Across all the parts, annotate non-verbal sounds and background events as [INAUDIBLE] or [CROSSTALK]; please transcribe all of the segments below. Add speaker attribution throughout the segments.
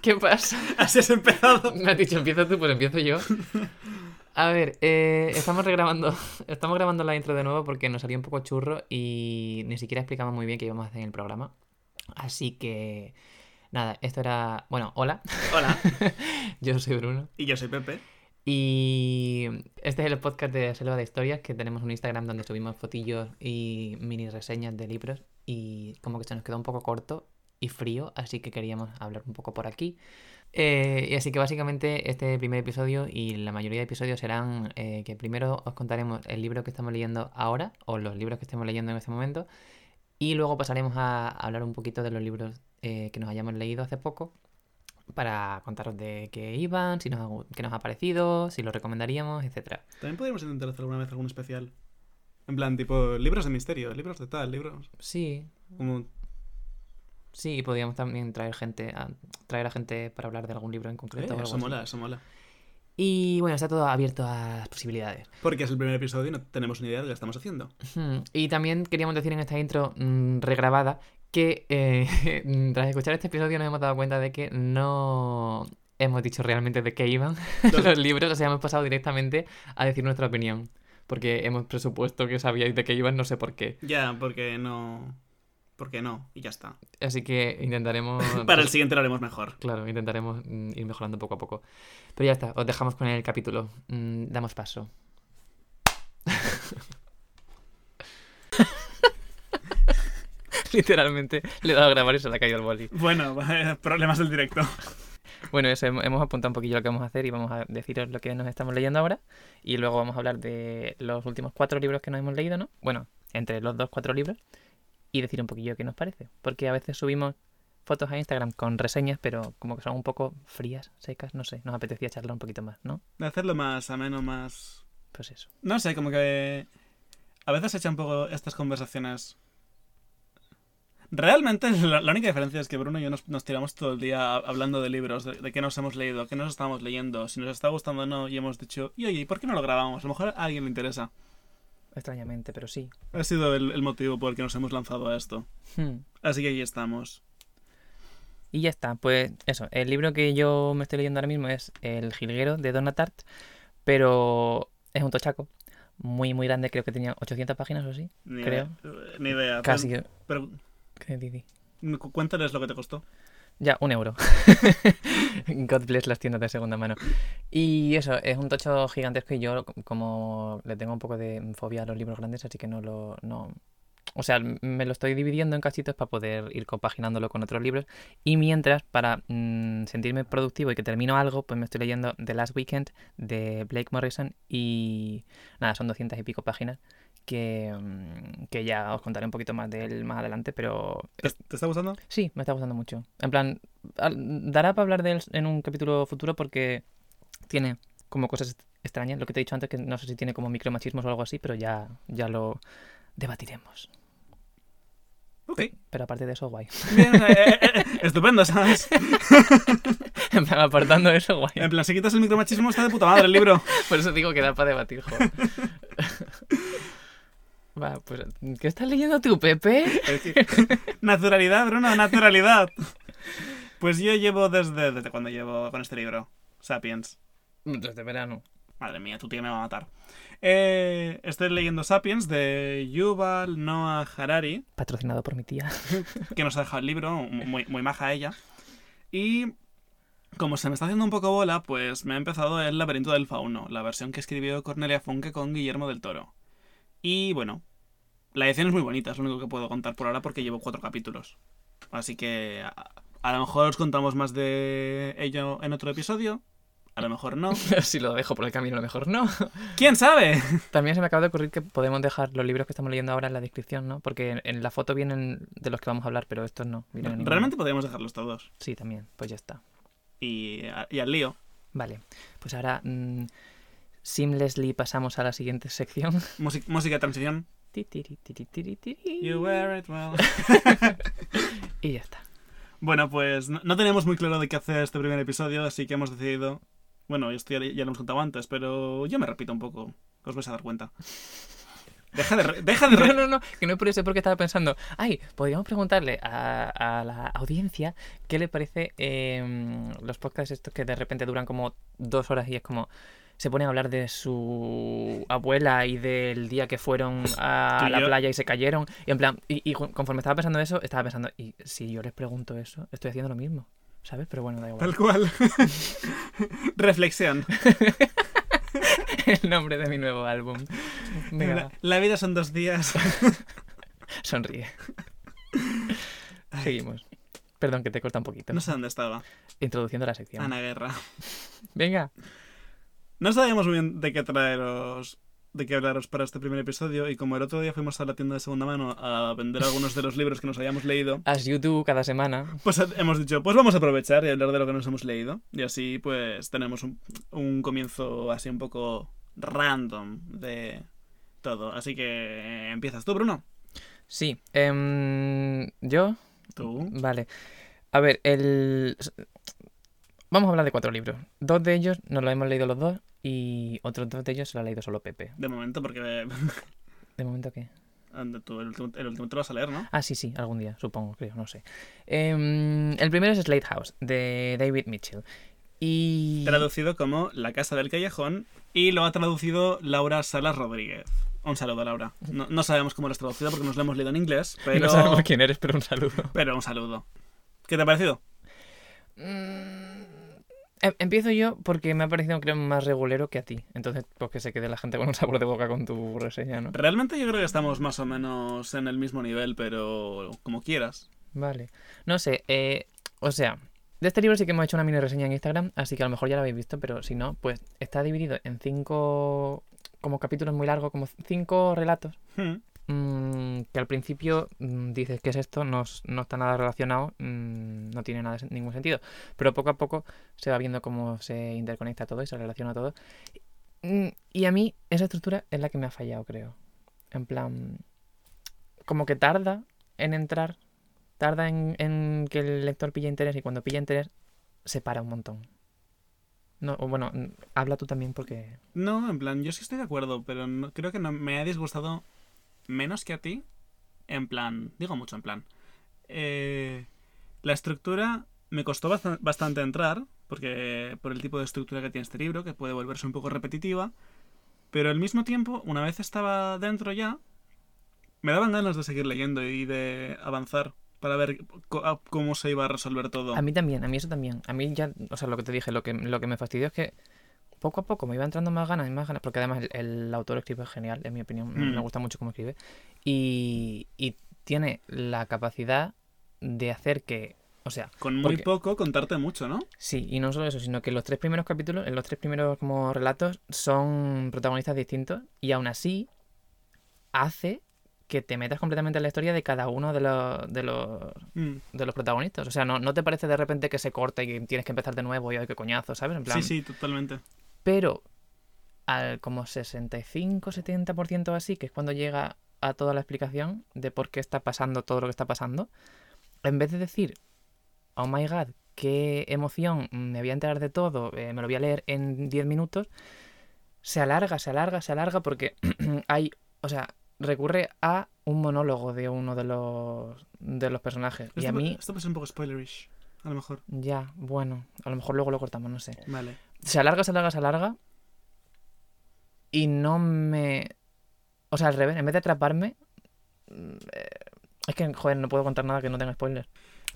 Speaker 1: ¿Qué pasa?
Speaker 2: Así has empezado.
Speaker 1: Me has dicho, empieza tú, pues empiezo yo. A ver, eh, estamos regrabando. Estamos grabando la intro de nuevo porque nos salió un poco churro y ni siquiera explicamos muy bien qué íbamos a hacer en el programa. Así que. Nada, esto era. Bueno, hola. [LAUGHS]
Speaker 2: Hola,
Speaker 1: Yo soy Bruno.
Speaker 2: y yo soy Pepe.
Speaker 1: Y este es el podcast de Selva de Historias, que tenemos un Instagram donde subimos fotillos y mini reseñas de libros. Y como que se nos quedó un poco corto y frío, así que queríamos hablar un poco por aquí. Eh, y así que básicamente este primer episodio y la mayoría de episodios serán eh, que primero os contaremos el libro que estamos leyendo ahora o los libros que estemos leyendo en este momento. Y luego pasaremos a hablar un poquito de los libros eh, que nos hayamos leído hace poco para contaros de qué iban, si nos ha, gu- qué nos ha parecido, si lo recomendaríamos, etcétera.
Speaker 2: También podríamos intentar hacer alguna vez algún especial. En plan, tipo, libros de misterio, libros de tal, libros.
Speaker 1: Sí,
Speaker 2: Como...
Speaker 1: sí, y podríamos también traer gente a, traer a gente para hablar de algún libro en
Speaker 2: Eh,
Speaker 1: concreto. o algo
Speaker 2: eso
Speaker 1: así.
Speaker 2: mola, eso mola.
Speaker 1: Y bueno, está todo abierto a las posibilidades.
Speaker 2: Porque es el primer episodio y no tenemos ni idea de lo que estamos haciendo.
Speaker 1: Hmm, Y también queríamos decir en esta intro mm, regrabada que eh, [LAUGHS] tras escuchar este episodio nos hemos dado cuenta de que no hemos dicho realmente de qué iban [LAUGHS]
Speaker 2: Los-
Speaker 1: los libros, o sea, hemos pasado directamente a decir nuestra opinión. Porque hemos presupuesto que sabíais de qué iban, no sé por qué.
Speaker 2: Ya, porque no. Porque no, y ya está.
Speaker 1: Así que [LAUGHS] intentaremos.
Speaker 2: Para el siguiente lo haremos mejor.
Speaker 1: Claro, intentaremos mm, ir mejorando poco a poco. Pero ya está, os dejamos con el capítulo. Mm, damos paso. [LAUGHS] Literalmente le he dado a grabar y se le ha caído el boli.
Speaker 2: Bueno, [LAUGHS] problemas del directo.
Speaker 1: Bueno, eso, hem- hemos apuntado un poquillo lo que vamos a hacer y vamos a deciros lo que nos estamos leyendo ahora. Y luego vamos a hablar de los últimos cuatro libros que nos hemos leído, ¿no? Bueno, entre los dos, cuatro libros. Y decir un poquillo qué nos parece. Porque a veces subimos fotos a Instagram con reseñas, pero como que son un poco frías, secas, no sé. Nos apetecía charlar un poquito más, ¿no?
Speaker 2: Hacerlo más ameno, más.
Speaker 1: Pues eso.
Speaker 2: No sé, como que. A veces se echa un poco estas conversaciones. Realmente la, la única diferencia es que Bruno y yo nos, nos tiramos todo el día a- hablando de libros, de, de qué nos hemos leído, qué nos estamos leyendo, si nos está gustando o no, y hemos dicho, y oye, ¿y por qué no lo grabamos? A lo mejor a alguien le interesa.
Speaker 1: Extrañamente, pero sí.
Speaker 2: Ha sido el, el motivo por el que nos hemos lanzado a esto.
Speaker 1: Hmm.
Speaker 2: Así que aquí estamos.
Speaker 1: Y ya está, pues eso. El libro que yo me estoy leyendo ahora mismo es El jilguero de Donna Tartt, pero es un tochaco. Muy, muy grande, creo que tenía 800 páginas o así.
Speaker 2: Ni
Speaker 1: Creo.
Speaker 2: idea. Ni idea.
Speaker 1: Casi.
Speaker 2: Pero,
Speaker 1: que- di, di.
Speaker 2: pero cu- cuéntales lo que te costó.
Speaker 1: Ya, un euro. [LAUGHS] God bless las tiendas de segunda mano. Y eso, es un tocho gigantesco y yo c- como le tengo un poco de fobia a los libros grandes, así que no lo... No... O sea, m- me lo estoy dividiendo en cachitos para poder ir compaginándolo con otros libros. Y mientras, para mm, sentirme productivo y que termino algo, pues me estoy leyendo The Last Weekend de Blake Morrison y nada, son 200 y pico páginas que, mm, que ya os contaré un poquito más de él más adelante, pero
Speaker 2: ¿Te, te está gustando?
Speaker 1: Eh. Sí, me está gustando mucho. En plan, al- dará para hablar de él en un capítulo futuro porque tiene como cosas est- extrañas. Lo que te he dicho antes, que no sé si tiene como micromachismos o algo así, pero ya, ya lo debatiremos.
Speaker 2: Ok.
Speaker 1: Pero aparte de eso, guay. [LAUGHS]
Speaker 2: Bien, eh, eh, eh, estupendo, ¿sabes?
Speaker 1: En plan, apartando eso, guay. [LAUGHS]
Speaker 2: En plan, si quitas el micromachismo está de puta madre el libro.
Speaker 1: Por eso digo que da para debatir, joder. [LAUGHS] Va, pues, ¿qué estás leyendo tú, Pepe?
Speaker 2: Es que- [LAUGHS] naturalidad, Bruno, naturalidad. Pues yo llevo desde, desde cuando llevo con este libro, Sapiens.
Speaker 1: Desde verano.
Speaker 2: Madre mía, tu tía me va a matar. Eh, estoy leyendo Sapiens de Yuval Noah Harari,
Speaker 1: Patrocinado por mi tía.
Speaker 2: que nos ha dejado el libro, muy, muy maja ella. Y como se me está haciendo un poco bola, pues me ha empezado El laberinto del fauno, la versión que escribió Cornelia Funke con Guillermo del Toro. Y bueno, la edición es muy bonita, es lo único que puedo contar por ahora porque llevo cuatro capítulos. Así que a, a lo mejor os contamos más de ello en otro episodio, a lo mejor [LAUGHS] no.
Speaker 1: [LAUGHS] si lo dejo por el camino, a lo mejor no.
Speaker 2: ¿Quién [LAUGHS] sabe?
Speaker 1: También se me acaba de ocurrir que podemos dejar los libros que estamos leyendo ahora en la descripción, ¿no? Porque en, en la foto vienen de los que vamos a hablar, pero estos no. vienen en ninguna.
Speaker 2: Realmente podríamos dejarlos todos.
Speaker 1: Sí, también. Pues ya está.
Speaker 2: Y, a- y al lío.
Speaker 1: Vale. Pues ahora, mm, seamlessly pasamos a la siguiente sección. [LAUGHS]
Speaker 2: Música, música de transición.
Speaker 1: Ti, ti, ti, ti, ti, ti, ti, ti.
Speaker 2: You wear it well.
Speaker 1: Y ya está.
Speaker 2: Bueno, pues no, no teníamos muy claro de qué hacer este primer episodio, así que hemos decidido. Bueno, esto ya, ya lo hemos contado antes, pero yo me repito un poco, os vais a dar cuenta. Deja de, re- [LAUGHS] deja
Speaker 1: [LAUGHS]
Speaker 2: de
Speaker 1: No,
Speaker 2: re-
Speaker 1: no, no, que no por eso, porque estaba pensando, ay, podríamos preguntarle a, a la audiencia qué le parece em, los podcasts estos que de repente duran como dos horas y es como se ponen a hablar de su abuela y del día que fueron a
Speaker 2: Pues, Tú y
Speaker 1: la
Speaker 2: yo-
Speaker 1: playa y se cayeron. Y en plan, y, y ju- conforme estaba pensando eso, estaba pensando, y si yo les pregunto eso, estoy haciendo lo mismo, ¿sabes? Pero bueno, da igual.
Speaker 2: Tal cual. [LAUGHS] Reflexión.
Speaker 1: [LAUGHS] El nombre de mi nuevo
Speaker 2: [LAUGHS]
Speaker 1: álbum. Venga,
Speaker 2: La,
Speaker 1: va,
Speaker 2: la vida son
Speaker 1: [LAUGHS]
Speaker 2: dos días. [LAUGHS]
Speaker 1: sonríe. Seguimos. Perdón que te corta un poquito.
Speaker 2: No sé dónde estaba.
Speaker 1: Introduciendo la sección.
Speaker 2: Ana Guerra.
Speaker 1: Venga.
Speaker 2: No sabíamos muy bien de qué traeros, de qué hablaros para este primer episodio y como el otro día fuimos a la tienda de segunda mano a vender algunos de los libros que nos habíamos leído,
Speaker 1: As you do cada semana.
Speaker 2: pues hemos dicho, pues vamos a aprovechar y hablar de lo que nos hemos leído y así pues tenemos un, un comienzo así un poco random de todo. Así que eh, empiezas tú, Bruno.
Speaker 1: Sí. em, Yo.
Speaker 2: Tú.
Speaker 1: Vale. A ver, el. Vamos a hablar de cuatro libros. Dos de ellos nos los hemos leído los dos y otros dos de ellos se los ha leído solo Pepe.
Speaker 2: De momento, porque [LAUGHS]
Speaker 1: ¿De momento qué?
Speaker 2: anda, tú el último, el último te lo vas a leer, ¿no?
Speaker 1: Ah, sí, sí, algún día, supongo, creo, no sé. Em, el primero es Slate House, de David Mitchell. Y.
Speaker 2: Traducido como La Casa del Callejón y lo ha traducido Laura Salas Rodríguez. Un saludo, Laura. No, no sabemos cómo lo has traducido porque nos lo hemos leído en inglés,
Speaker 1: Y [LAUGHS] [LAUGHS]
Speaker 2: pero,
Speaker 1: No sabemos quién eres, pero un saludo.
Speaker 2: pero un saludo. ¿Qué te ha parecido?
Speaker 1: Mm, em- Empiezo yo porque me ha parecido, creo, más regulero que a ti. Entonces, pues que se quede la gente con un sabor de boca con tu reseña, ¿no?
Speaker 2: Realmente yo creo que estamos más o menos en el mismo nivel, pero como quieras.
Speaker 1: Vale. No sé, eh, o sea, de este libro sí que hemos hecho una mini reseña en Instagram, así que a lo mejor ya lo habéis visto, pero si no, pues está dividido en cinco, como capítulos muy largos, como cinco relatos.
Speaker 2: Hmm.
Speaker 1: mm, que al principio mm, dices que es esto, no, es- no está nada relacionado, mm, no tiene nada, ningún sentido. Pero poco a poco se va viendo cómo se interconecta todo y se relaciona todo. Mm, y a mí esa estructura es la que me ha fallado, creo. En plan, como que tarda en entrar, tarda en, en que el lector pille interés y cuando pilla interés se para un montón. No, o bueno, mm, habla tú también porque...
Speaker 2: No, en plan, yo sí estoy de acuerdo, pero no- creo que no, me ha disgustado menos que a ti. En plan, digo mucho en plan. Eh, la estructura me costó bastan- bastante entrar, porque por el tipo de estructura que tiene este libro, que puede volverse un poco repetitiva, pero al mismo tiempo, una vez estaba dentro ya, me daban ganas de seguir leyendo y de avanzar para ver co- a- cómo se iba a resolver todo.
Speaker 1: A mí también, a mí eso también. A mí ya, o sea, lo que te dije, lo que, lo que me fastidió es que poco a poco me iba entrando más ganas y más ganas, porque además el, el autor escribe genial, en mi opinión, me- me
Speaker 2: Mm.
Speaker 1: gusta mucho cómo escribe, y, y tiene la capacidad de hacer que, o sea,
Speaker 2: Con muy
Speaker 1: porque-
Speaker 2: poco contarte mucho, ¿no?
Speaker 1: Sí, y no solo eso, sino que los tres primeros capítulos, en los tres primeros como relatos, son protagonistas distintos y aún así hace que te metas completamente en la historia de cada uno de los, de los,
Speaker 2: Mm.
Speaker 1: de los protagonistas. O sea, no, no te parece de repente que se corta y que tienes que empezar de nuevo y ay, qué coñazo, ¿sabes? En plan,
Speaker 2: Sí, sí, totalmente.
Speaker 1: Pero al como 65-70% así, que es cuando llega a toda la explicación de por qué está pasando todo lo que está pasando, en vez de decir, oh my god, qué emoción, mm, me voy a enterar de todo, eh, me lo voy a leer en 10 minutos, se alarga, se alarga, se alarga porque [CLEARS THROAT] hay, o sea, recurre a un monólogo de uno de los, de los personajes. Y
Speaker 2: Esto,
Speaker 1: a
Speaker 2: pu-
Speaker 1: mí,
Speaker 2: esto puede ser un poco spoilerish, a lo mejor.
Speaker 1: ya, bueno, a lo mejor luego lo cortamos, no sé.
Speaker 2: Vale.
Speaker 1: se alarga, se alarga, se alarga. Y no me. O sea, al revés, en vez de atraparme. mm, eh, Es que, joder, no puedo contar nada que no tenga spoilers.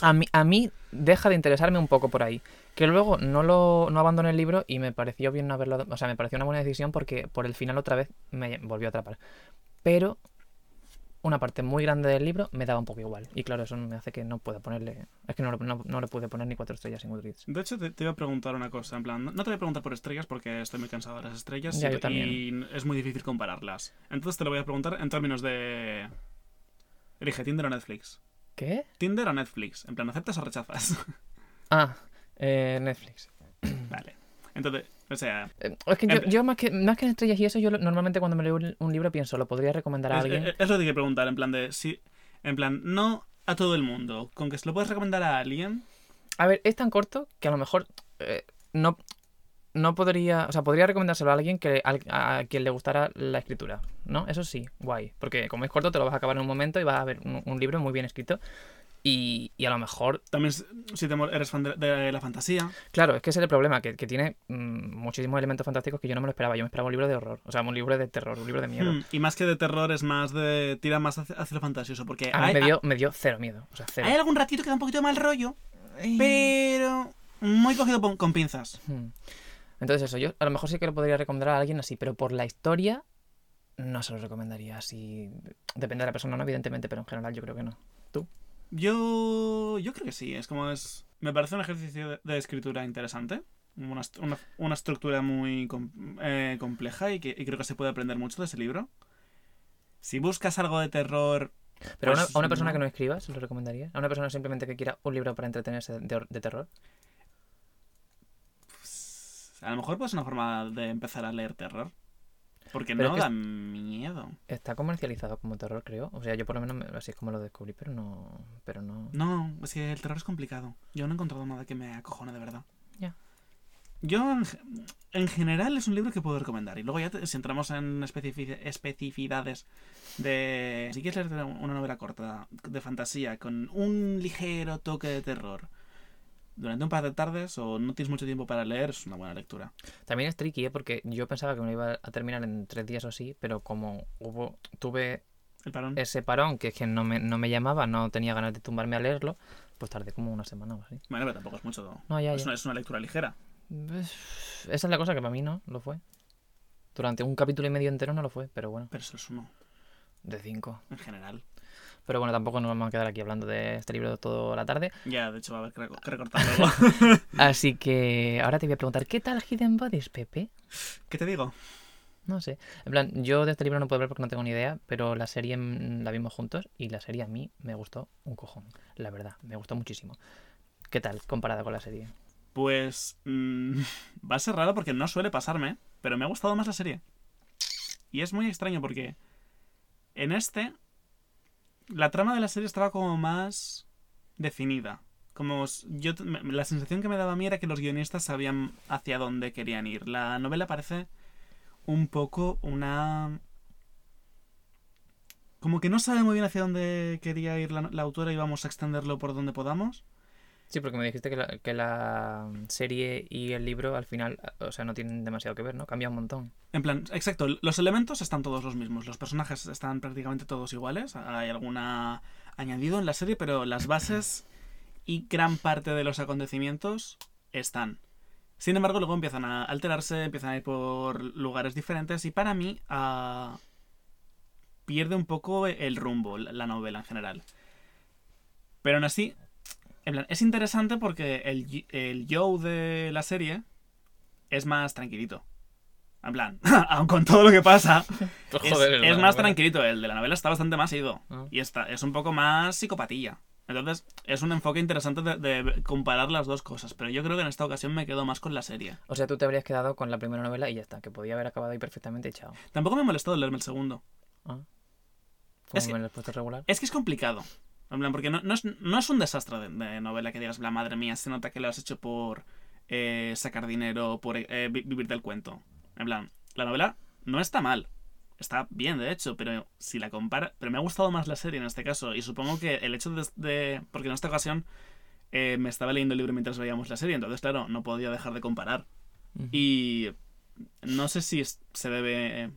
Speaker 1: A mí, a mí deja de interesarme un poco por ahí. Que luego no lo no abandoné el libro y me pareció bien no haberlo. O sea, me pareció una buena decisión porque por el final otra vez me volvió a atrapar. Pero una parte muy grande del libro me daba un poco igual. Y claro, eso me hace que no pueda ponerle. Es que no, lo- no, no le pude poner ni cuatro estrellas en Goodreads.
Speaker 2: De hecho, te, te iba a preguntar una cosa. En plan, no no te voy a preguntar por estrellas porque estoy muy cansado de las estrellas
Speaker 1: Ya,
Speaker 2: y,
Speaker 1: yo también.
Speaker 2: y es muy difícil compararlas. Entonces te lo voy a preguntar en términos de. Elige Tinder o Netflix.
Speaker 1: ¿Qué?
Speaker 2: Tinder o Netflix. En plan, ¿aceptas o rechazas?
Speaker 1: [LAUGHS]
Speaker 2: [LAUGHS]
Speaker 1: Ah, eh, Netflix.
Speaker 2: vale. Entonces, o sea,
Speaker 1: Eh, Es que yo,
Speaker 2: Em-
Speaker 1: yo más, que, más que en estrellas y eso, yo lo- normalmente cuando me leo un, un libro pienso, ¿lo podría recomendar a
Speaker 2: es, eh,
Speaker 1: alguien?
Speaker 2: es- es lo que te quiero preguntar. En plan, de si. En plan, no a todo el mundo. Con que se lo puedes recomendar a alguien.
Speaker 1: A ver, es tan corto que a lo mejor eh, no... no podría, o sea, podría recomendárselo a alguien que al- a quien le gustara la escritura, ¿no? Eso sí, guay, porque como es corto te lo vas a acabar en un momento y vas a ver un, un libro muy bien escrito y, y a lo mejor,
Speaker 2: También s- si te mol- eres fan de, de la fantasía.
Speaker 1: claro, es que ese es el problema, que, que tiene mm, muchísimos elementos fantásticos que yo no me lo esperaba, yo me esperaba un libro de horror, o sea, un libro de terror, un libro de miedo.
Speaker 2: Mm, Y más que de terror, es más de. tira más hacia, hacia lo fantasioso. Porque
Speaker 1: A mí
Speaker 2: hay,
Speaker 1: me dio, me dio cero miedo, o sea, cero.
Speaker 2: hay algún ratito que da un poquito de mal rollo, pero. muy cogido pon- con pinzas.
Speaker 1: Hmm. Entonces eso, yo a lo mejor sí que lo podría recomendar a alguien así, pero por la historia no se lo recomendaría así. Depende de la persona, ¿no? Evidentemente, pero en general yo creo que no.
Speaker 2: Yo. Yo creo que sí, es como es. Me parece un ejercicio de, de escritura interesante. Una, est- una- una estructura muy com- eh, compleja y, que, y creo que se puede aprender mucho de ese libro. Si buscas algo de terror.
Speaker 1: Pero a una-
Speaker 2: Pues
Speaker 1: a una persona
Speaker 2: no.
Speaker 1: que no escriba, ¿se lo recomendaría? ¿A una persona simplemente que quiera un libro para entretenerse de, hor- de terror?
Speaker 2: pues, a lo mejor pues es una forma de empezar a leer terror. Porque
Speaker 1: Pero es
Speaker 2: no
Speaker 1: que
Speaker 2: da miedo.
Speaker 1: Está comercializado como terror, creo. O sea, yo por lo menos me- así es como lo descubrí, pero no... Pero no...
Speaker 2: No, es que el terror es complicado. Yo no he encontrado nada que me acojone de verdad.
Speaker 1: Ya.
Speaker 2: Yo, en, ge- en general, es un libro que puedo recomendar. Y luego ya, te- si entramos en especifici- especificidades de... Si quieres leer una novela corta de fantasía con un ligero toque de terror durante un par de tardes o no tienes mucho tiempo para leer, es una buena lectura.
Speaker 1: También es tricky, ¿eh? Porque yo pensaba que me lo iba a terminar en tres días o así, pero como hubo... Tuve
Speaker 2: El parón.
Speaker 1: ese parón, que es que no me, no me llamaba, no tenía ganas de tumbarme a leerlo, pues tardé como una semana o así.
Speaker 2: Bueno, pero tampoco es mucho. ¿no?
Speaker 1: No, ya,
Speaker 2: Es,
Speaker 1: ya.
Speaker 2: una, es una lectura ligera.
Speaker 1: Pues, Esa es la cosa que para mí no lo fue. Durante un capítulo y medio entero no lo fue, pero bueno,
Speaker 2: Pero eso es uno,
Speaker 1: de cinco.
Speaker 2: en general.
Speaker 1: Pero bueno, tampoco nos vamos a quedar aquí hablando de este libro toda la tarde.
Speaker 2: Ya, de hecho, va a haber que reco- que recortarlo.
Speaker 1: Así que ahora te voy a preguntar, ¿qué tal Hidden Bodies, Pepe?
Speaker 2: ¿Qué te digo?
Speaker 1: No sé. En plan, yo de este libro no puedo hablar porque no tengo ni idea, pero la serie mm, la vimos juntos y la serie a mí me gustó un cojón. La verdad, me gustó muchísimo. ¿Qué tal comparada con la serie?
Speaker 2: Pues mm, [LAUGHS] va a ser raro porque no suele pasarme, pero me ha gustado más la serie. Y es muy extraño porque en este la trama de la serie estaba como más definida. Como s- yo t- me- la sensación que me daba a mí era que los guionistas sabían hacia dónde querían ir. La novela parece un poco una como que no sabe muy bien hacia dónde quería ir la, la autora y vamos a extenderlo por donde podamos.
Speaker 1: Sí, porque me dijiste que la, que la mm, serie y el libro al final, o sea, no tienen demasiado que ver, ¿no? Cambia un montón.
Speaker 2: En plan, exacto, los elementos están todos los mismos, los personajes están prácticamente todos iguales, hay alguna añadido en la serie, pero las bases y gran parte de los acontecimientos están. Sin embargo, luego empiezan a alterarse, empiezan a ir por lugares diferentes y para mí ah, pierde un poco el rumbo la la novela en general. Pero aún así, en plan, es interesante porque el, y- el yo de la serie es más tranquilito. En plan, [LAUGHS] aun con todo lo que pasa,
Speaker 1: [LAUGHS]
Speaker 2: es, es más tranquilito. El de la novela está bastante más ido.
Speaker 1: Ah.
Speaker 2: Y está, es un poco más psicopatía. Entonces, es un enfoque interesante de, de comparar las dos cosas. Pero yo creo que en esta ocasión me quedo más con la serie.
Speaker 1: O sea, tú te habrías quedado con la primera novela y ya está, que podía haber acabado ahí perfectamente y chao.
Speaker 2: Tampoco me ha molestado leerme el segundo.
Speaker 1: Como
Speaker 2: Es que-
Speaker 1: en el puesto regular.
Speaker 2: Es que es complicado. En plan, porque no, no es, no es un desastre de, de novela que digas, la madre mía, se nota que lo has hecho por eh, sacar dinero, por eh, vi- vivir del cuento. En plan, la novela no está mal. Está bien, de hecho, pero si la compara. Pero me ha gustado más la serie en este caso. Y supongo que el hecho de. de- porque en esta ocasión eh, me estaba leyendo el libro mientras veíamos la serie. Entonces, claro, no podía dejar de comparar.
Speaker 1: Ujú.
Speaker 2: Y no sé si es- se debe.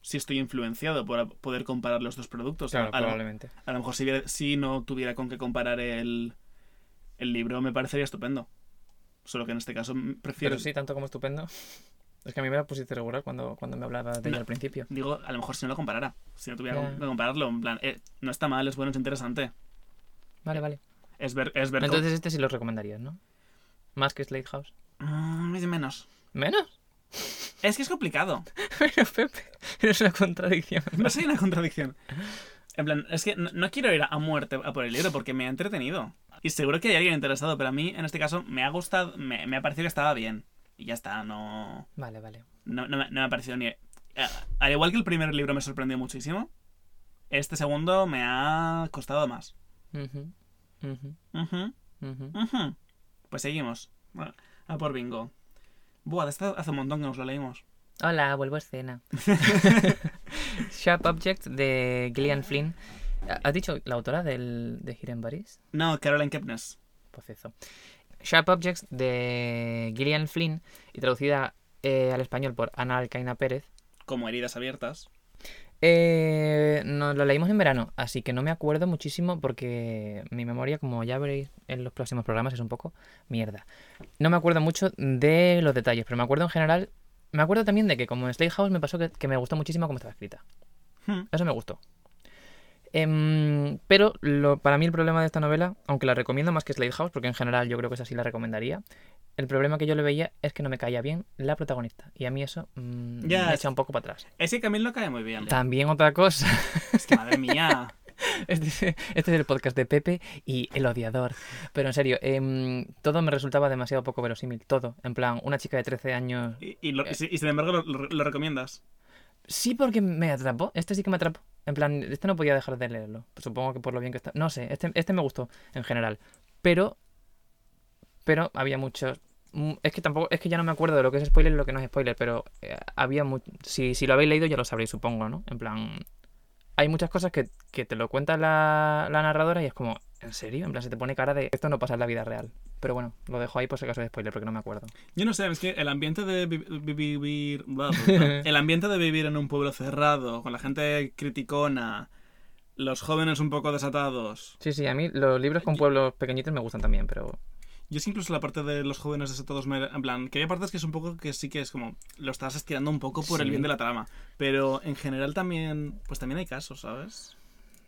Speaker 2: Si estoy influenciado por poder comparar los dos productos.
Speaker 1: Claro,
Speaker 2: A lo-
Speaker 1: probablemente.
Speaker 2: a lo mejor si, viera- si no tuviera con qué comparar el, el libro, me parecería estupendo. Solo que en este caso mm, prefiero...
Speaker 1: Pero sí, tanto como estupendo. Es que a mí me la pusiste regular cuando, cuando me hablabas de ella
Speaker 2: No.
Speaker 1: al principio.
Speaker 2: Digo, a lo mejor si no lo comparara. Si no tuviera
Speaker 1: Ya.
Speaker 2: con qué compararlo, en plan, eh, no está mal, es bueno, es interesante.
Speaker 1: Vale, vale.
Speaker 2: Es ver... Es ver
Speaker 1: Entonces este sí lo recomendarías, ¿no? Más que Slade House.
Speaker 2: Mm, es menos.
Speaker 1: Menos. [LAUGHS]
Speaker 2: Es que es complicado. [LAUGHS]
Speaker 1: Pero Pepe, [LAUGHS] es una contradicción.
Speaker 2: No soy una contradicción. En plan, es que no, no quiero ir a- a muerte a por el libro porque me ha entretenido. Y seguro que hay alguien interesado, pero a mí, en este caso, me ha gustado, me, me ha parecido que estaba bien. Y ya está, no...
Speaker 1: Vale, vale.
Speaker 2: no, no, me- no me ha parecido ni... a- Al igual que el primer libro me sorprendió muchísimo, este segundo me ha costado más.
Speaker 1: Ujú, ujú,
Speaker 2: Ujú,
Speaker 1: ujú.
Speaker 2: ujú. Pues seguimos. Bueno, a por bingo. Buah, de este hace un montón que nos lo leímos.
Speaker 1: Hola, vuelvo a escena. Sharp Object de Gillian Flynn. ¿Has dicho la autora del, de Hidden Bodies?
Speaker 2: No, Caroline Kepnes.
Speaker 1: Pues eso. Sharp Objects de Gillian Flynn y traducida eh, al español por Ana Alcaina Pérez.
Speaker 2: Como heridas abiertas.
Speaker 1: Eh, nos lo leímos en verano, así que no me acuerdo muchísimo porque mi memoria, como ya veréis en los próximos programas, es un poco mierda. No me acuerdo mucho de los detalles, pero me acuerdo en general. Me acuerdo también de que como en Slade House me pasó que, que me gustó muchísimo cómo estaba escrita.
Speaker 2: Hmm.
Speaker 1: Eso me gustó. Em, pero lo- para mí el problema de esta novela, aunque la recomiendo más que Slade House, porque en general yo creo que esa sí la recomendaría, el problema que yo le veía es que no me caía bien la protagonista. Y a mí eso mm,
Speaker 2: Ya,
Speaker 1: me
Speaker 2: es-
Speaker 1: echa un poco para atrás.
Speaker 2: Ese Camille lo cae muy bien.
Speaker 1: También otra cosa. [LAUGHS]
Speaker 2: Es que madre mía.
Speaker 1: Este, este es el podcast de Pepe y El Odiador. Pero en serio, em, todo me resultaba demasiado poco verosímil. Todo. En plan, una chica de 13 años.
Speaker 2: Y, y lo- y sin y sin embargo lo, lo- lo recomiendas.
Speaker 1: Sí, porque me atrapó. Este sí que me atrapó. En plan, este no podía dejar de leerlo. Supongo que por lo bien que está. No sé, este, este me gustó en general. Pero. Pero había muchos. mm, Es que tampoco. Es que ya no me acuerdo de lo que es spoiler y lo que no es spoiler. Pero eh, había. mu- Si, si lo habéis leído, ya lo sabréis, supongo, ¿no? En plan. Hay muchas cosas que, que te lo cuenta la, la narradora y es como. ¿En serio? En plan, se te pone cara de. Esto no pasa en la vida real. Pero bueno, lo dejo ahí por si acaso es spoiler, porque no me acuerdo.
Speaker 2: Yo no sé, es que el ambiente de vi- vi- vivir. bla, bla, bla. El ambiente de vivir en un pueblo cerrado, con la gente criticona, los jóvenes un poco desatados.
Speaker 1: Sí, sí, a mí los libros con pueblos pequeñitos me gustan también, pero.
Speaker 2: Yo es que incluso la parte de los jóvenes desatados, me- en plan, que hay partes que es un poco que sí que es como. Lo estás estirando un poco por el
Speaker 1: Sí.
Speaker 2: bien de la trama. Pero en general también. Pues también hay casos, ¿sabes?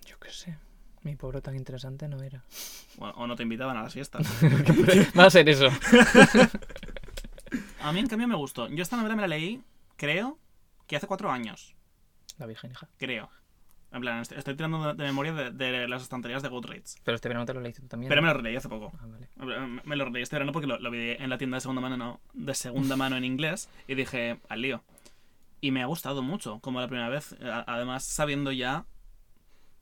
Speaker 1: Yo qué sé. Mi pueblo tan interesante no [LAUGHS] era.
Speaker 2: O, o no te invitaban a las fiestas.
Speaker 1: [LAUGHS] Va a ser eso.
Speaker 2: A mí en cambio me gustó. Yo esta novela me la leí, creo, que hace cuatro años.
Speaker 1: La Virgen, hija.
Speaker 2: Creo. En plan, est- estoy tirando de, de memoria de, de las estanterías de Goodreads.
Speaker 1: Pero este verano te lo leíste tú también.
Speaker 2: Pero
Speaker 1: ¿no?
Speaker 2: me lo releí hace poco.
Speaker 1: Ah, vale.
Speaker 2: Me me lo releí este verano porque lo, lo vi en la tienda de segunda mano, no, de segunda mano en inglés y dije, al lío. Y me ha gustado mucho, como la primera vez. A- Además, sabiendo ya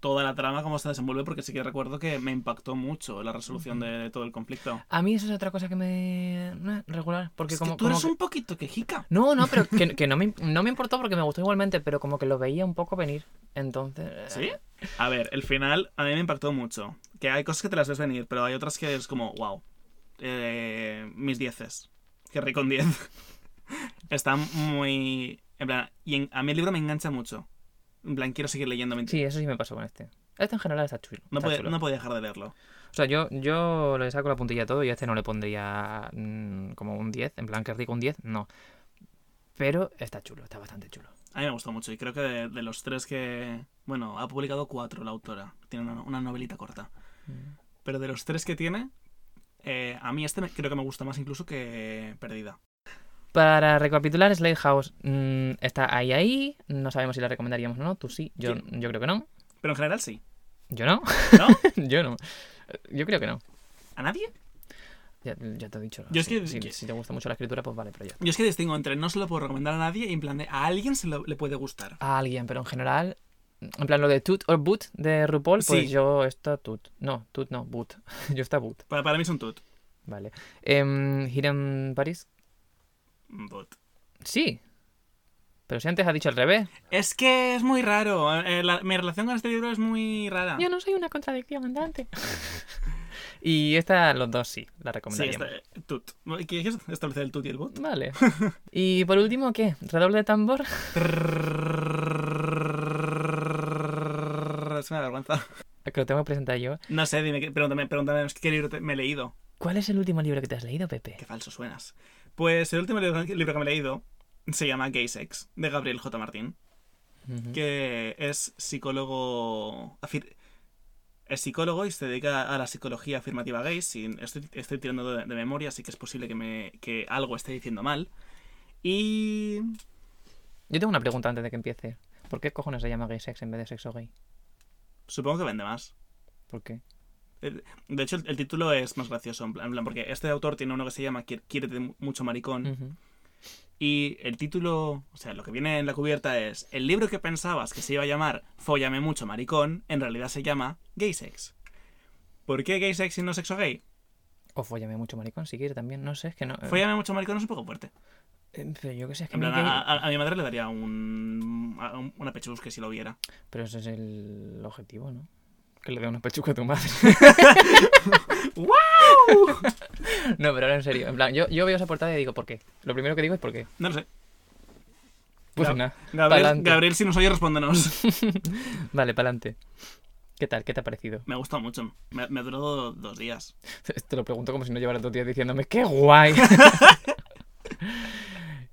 Speaker 2: toda la trama, cómo se desenvuelve, porque sí que recuerdo que me impactó mucho la resolución de todo el conflicto.
Speaker 1: A mí eso es otra cosa que me... no, regular. Porque
Speaker 2: Es que
Speaker 1: como...
Speaker 2: tú
Speaker 1: como
Speaker 2: eres
Speaker 1: que-
Speaker 2: un poquito quejica.
Speaker 1: No, no, pero que, que no, me, no me importó porque me gustó igualmente, pero como que lo veía un poco venir. Entonces... eh,
Speaker 2: ¿Sí? A ver, el final a mí me impactó mucho. Que hay cosas que te las ves venir, pero hay otras que es como, wow. eh, mis dieces. Que rico en 10. [LAUGHS] Está muy. En plan, y en- a mí el libro me engancha mucho. En plan, quiero seguir leyendo. me-
Speaker 1: Sí, eso sí me pasó con este. Este en general está chulo.
Speaker 2: No
Speaker 1: está
Speaker 2: podía,
Speaker 1: chulo.
Speaker 2: no podía dejar de leerlo.
Speaker 1: O sea, yo, yo le saco la puntilla a todo y a este no le pondría mm, como un 10. En plan, que rico un 10, no. Pero está chulo, está bastante chulo.
Speaker 2: A mí me gustó mucho. Y creo que de, de los tres que. Bueno, ha publicado cuatro la autora. Tiene una, una novelita corta.
Speaker 1: Mm.
Speaker 2: Pero de los tres que tiene, eh, a mí este me- creo que me gusta más incluso que Perdida.
Speaker 1: Para recapitular, Slade House mm, está ahí, ahí. No sabemos si la recomendaríamos o no. Tú sí, yo,
Speaker 2: Sí.
Speaker 1: yo creo que no.
Speaker 2: Pero en general sí.
Speaker 1: Yo no.
Speaker 2: ¿No?
Speaker 1: [LAUGHS] yo no. Eh, Yo creo que no.
Speaker 2: ¿A nadie?
Speaker 1: Ya, ya te he dicho.
Speaker 2: Yo es
Speaker 1: si,
Speaker 2: que-
Speaker 1: si-
Speaker 2: que-
Speaker 1: si te gusta mucho la escritura, pues vale, pero ya.
Speaker 2: Yo es que distingo entre no se lo puedo recomendar a nadie y en plan de a alguien se lo- le puede gustar.
Speaker 1: A alguien, pero en general. En plan, lo de Toot or Boot de RuPaul, pues
Speaker 2: Sí.
Speaker 1: yo está Toot. No, Toot no, Boot. [LAUGHS] yo está Boot.
Speaker 2: Para, para mí es un tut.
Speaker 1: Vale. Em, Hidden Paris.
Speaker 2: Un tut.
Speaker 1: Sí. Pero si antes ha dicho al revés.
Speaker 2: Es que es muy raro. eh, la- mi relación con este libro es muy rara.
Speaker 1: Yo no soy una contradicción andante. [LAUGHS] y esta, los dos sí, la
Speaker 2: sí,
Speaker 1: recomendaríamos.
Speaker 2: está, tut. ¿Quieres establecer el tut y el bot?
Speaker 1: Vale. Y por último, ¿qué? ¿Redoble de tambor? [LAUGHS]
Speaker 2: Es una vergüenza.
Speaker 1: Que lo tengo que presentar yo.
Speaker 2: No sé, dime, qué- pregúntame, pregúntame es que qué libro te- me he leído.
Speaker 1: ¿Cuál es el último libro que te has leído, Pepe?
Speaker 2: Qué falso suenas. Pues el último libro, libro que me he leído se llama Gay Sex, de Gabriel J. Martín.
Speaker 1: Ujú.
Speaker 2: que es psicólogo. afir- Es psicólogo y se dedica a la psicología afirmativa gay. sin- estoy, estoy tirando de, de memoria, así que es posible que, me, que algo esté diciendo mal. Y.
Speaker 1: Yo tengo una pregunta antes de que empiece. ¿Por qué cojones se llama gay sex en vez de sexo gay?
Speaker 2: Supongo que vende más.
Speaker 1: ¿Por qué?
Speaker 2: De hecho, el, el título es más gracioso, en plan, en plan, porque este autor tiene uno que se llama Quier- Quiérete mucho maricón.
Speaker 1: Ujú.
Speaker 2: Y el título, o sea, lo que viene en la cubierta es El libro que pensabas que se iba a llamar Fóllame mucho maricón, en realidad se llama Gay Sex. ¿Por qué gay sex y no sexo gay?
Speaker 1: O follame mucho maricón si quiere también. No sé, es que no. eh,
Speaker 2: Fóllame mucho maricón es un poco fuerte.
Speaker 1: Eh, Pero yo qué sé, es que
Speaker 2: En
Speaker 1: a mí
Speaker 2: plan,
Speaker 1: que-
Speaker 2: a, a- a mi madre le daría un, a- un- una pechus que si lo viera.
Speaker 1: Pero ese es el objetivo, ¿no? Que le dé una pechuca a tu
Speaker 2: [LAUGHS]
Speaker 1: madre. [LAUGHS]
Speaker 2: ¡Guau!
Speaker 1: no, pero ahora en serio. En plan, yo, yo veo esa portada y digo, ¿por qué? Lo primero que digo es, ¿por qué?
Speaker 2: No lo sé.
Speaker 1: Pues
Speaker 2: Gab-
Speaker 1: nada.
Speaker 2: Gabriel,
Speaker 1: Pa'lante.
Speaker 2: Gabriel, si nos oye, respóndenos. [LAUGHS]
Speaker 1: Vale, pa'lante. ¿Qué tal? ¿Qué te ha parecido?
Speaker 2: Me ha gustado mucho. Me, me ha durado dos días.
Speaker 1: [LAUGHS] Te lo pregunto como si no llevara dos días diciéndome, ¡qué [LAUGHS] guay!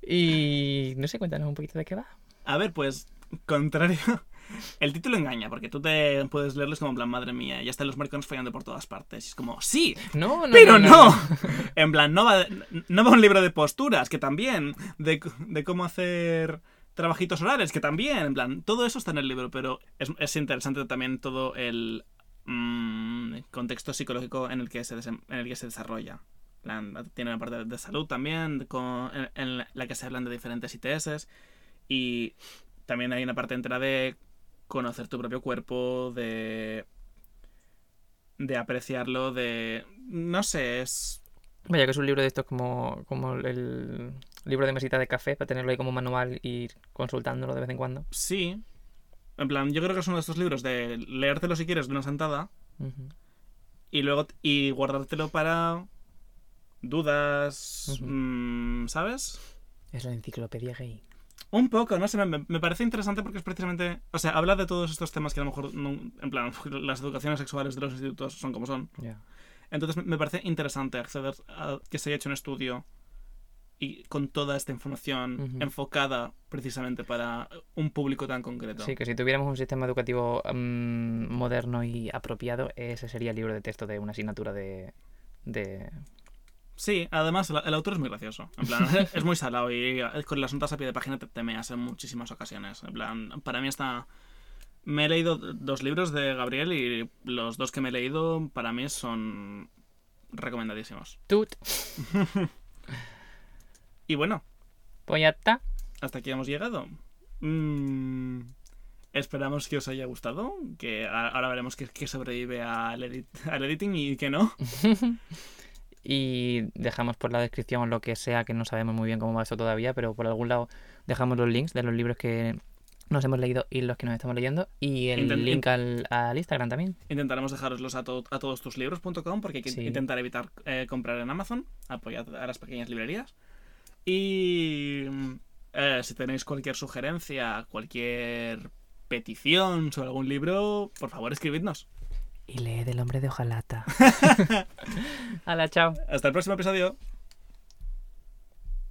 Speaker 1: y no sé, cuéntanos un poquito de qué va.
Speaker 2: A ver, pues, contrario. [LAUGHS] El título engaña, porque tú te puedes leerlos como en plan, madre mía, ya están los maricones follando por todas partes. Y es como, sí,
Speaker 1: No, no.
Speaker 2: pero no. [LAUGHS] En plan, no va, no va un libro de posturas, que también. De, c- de cómo hacer trabajitos orales, que también. En plan, todo eso está en el libro, pero es, es interesante también todo el mm, contexto psicológico en el que se, desem- en el que se desarrolla. En plan, tiene una parte de salud también, de co- en, en la que se hablan de diferentes ITS. Y también hay una parte entera de conocer tu propio cuerpo, de. de apreciarlo, de. no sé, es.
Speaker 1: Vaya, que es un libro de estos como, como el libro de mesita de café, para tenerlo ahí como manual y ir consultándolo de vez en cuando.
Speaker 2: Sí. En plan, yo creo que es uno de estos libros de leértelo si quieres de una sentada
Speaker 1: Ujú.
Speaker 2: y luego y guardártelo para dudas,
Speaker 1: Ujú.
Speaker 2: mm, ¿sabes?
Speaker 1: Es la enciclopedia gay.
Speaker 2: Un poco, no sé, me, me parece interesante porque es precisamente, o sea, habla de todos estos temas que a lo mejor, no- en plan, [LAUGHS] las educaciones sexuales de los institutos son como son.
Speaker 1: Ya.
Speaker 2: Entonces me- me parece interesante acceder a que se haya hecho un estudio y con toda esta información
Speaker 1: Ujú.
Speaker 2: enfocada precisamente para un público tan concreto.
Speaker 1: Sí, que si tuviéramos un sistema educativo mm, moderno y apropiado, ese sería el libro de texto de una asignatura de... de...
Speaker 2: Sí, además el, el autor es muy gracioso. En plan, es muy salado y eh, con las notas a pie de página te, te meas en muchísimas ocasiones. En plan, para mí está... Me he leído dos libros de Gabriel y los dos que me he leído para mí son recomendadísimos.
Speaker 1: Tut,
Speaker 2: Y bueno,
Speaker 1: pues ya está.
Speaker 2: hasta aquí hemos llegado. Mm, esperamos que os haya gustado, que a- ahora veremos que, sobrevive al, edit- al editing y que no.
Speaker 1: Y dejamos por la descripción lo que sea, que no sabemos muy bien cómo va eso todavía, pero por algún lado dejamos los links de los libros que nos hemos leído y los que nos estamos leyendo. Y el
Speaker 2: Intent-
Speaker 1: link al, al Instagram también.
Speaker 2: Intentaremos dejaroslos a, to- a todos tus libros.com porque hay que
Speaker 1: Sí.
Speaker 2: intentar evitar eh, comprar en Amazon. Apoyad a las pequeñas librerías. Y mm, eh, si tenéis cualquier sugerencia, cualquier petición sobre algún libro, por favor escribidnos.
Speaker 1: Y leed El hombre de hojalata. [LAUGHS] Hala, chao.
Speaker 2: Hasta el próximo episodio.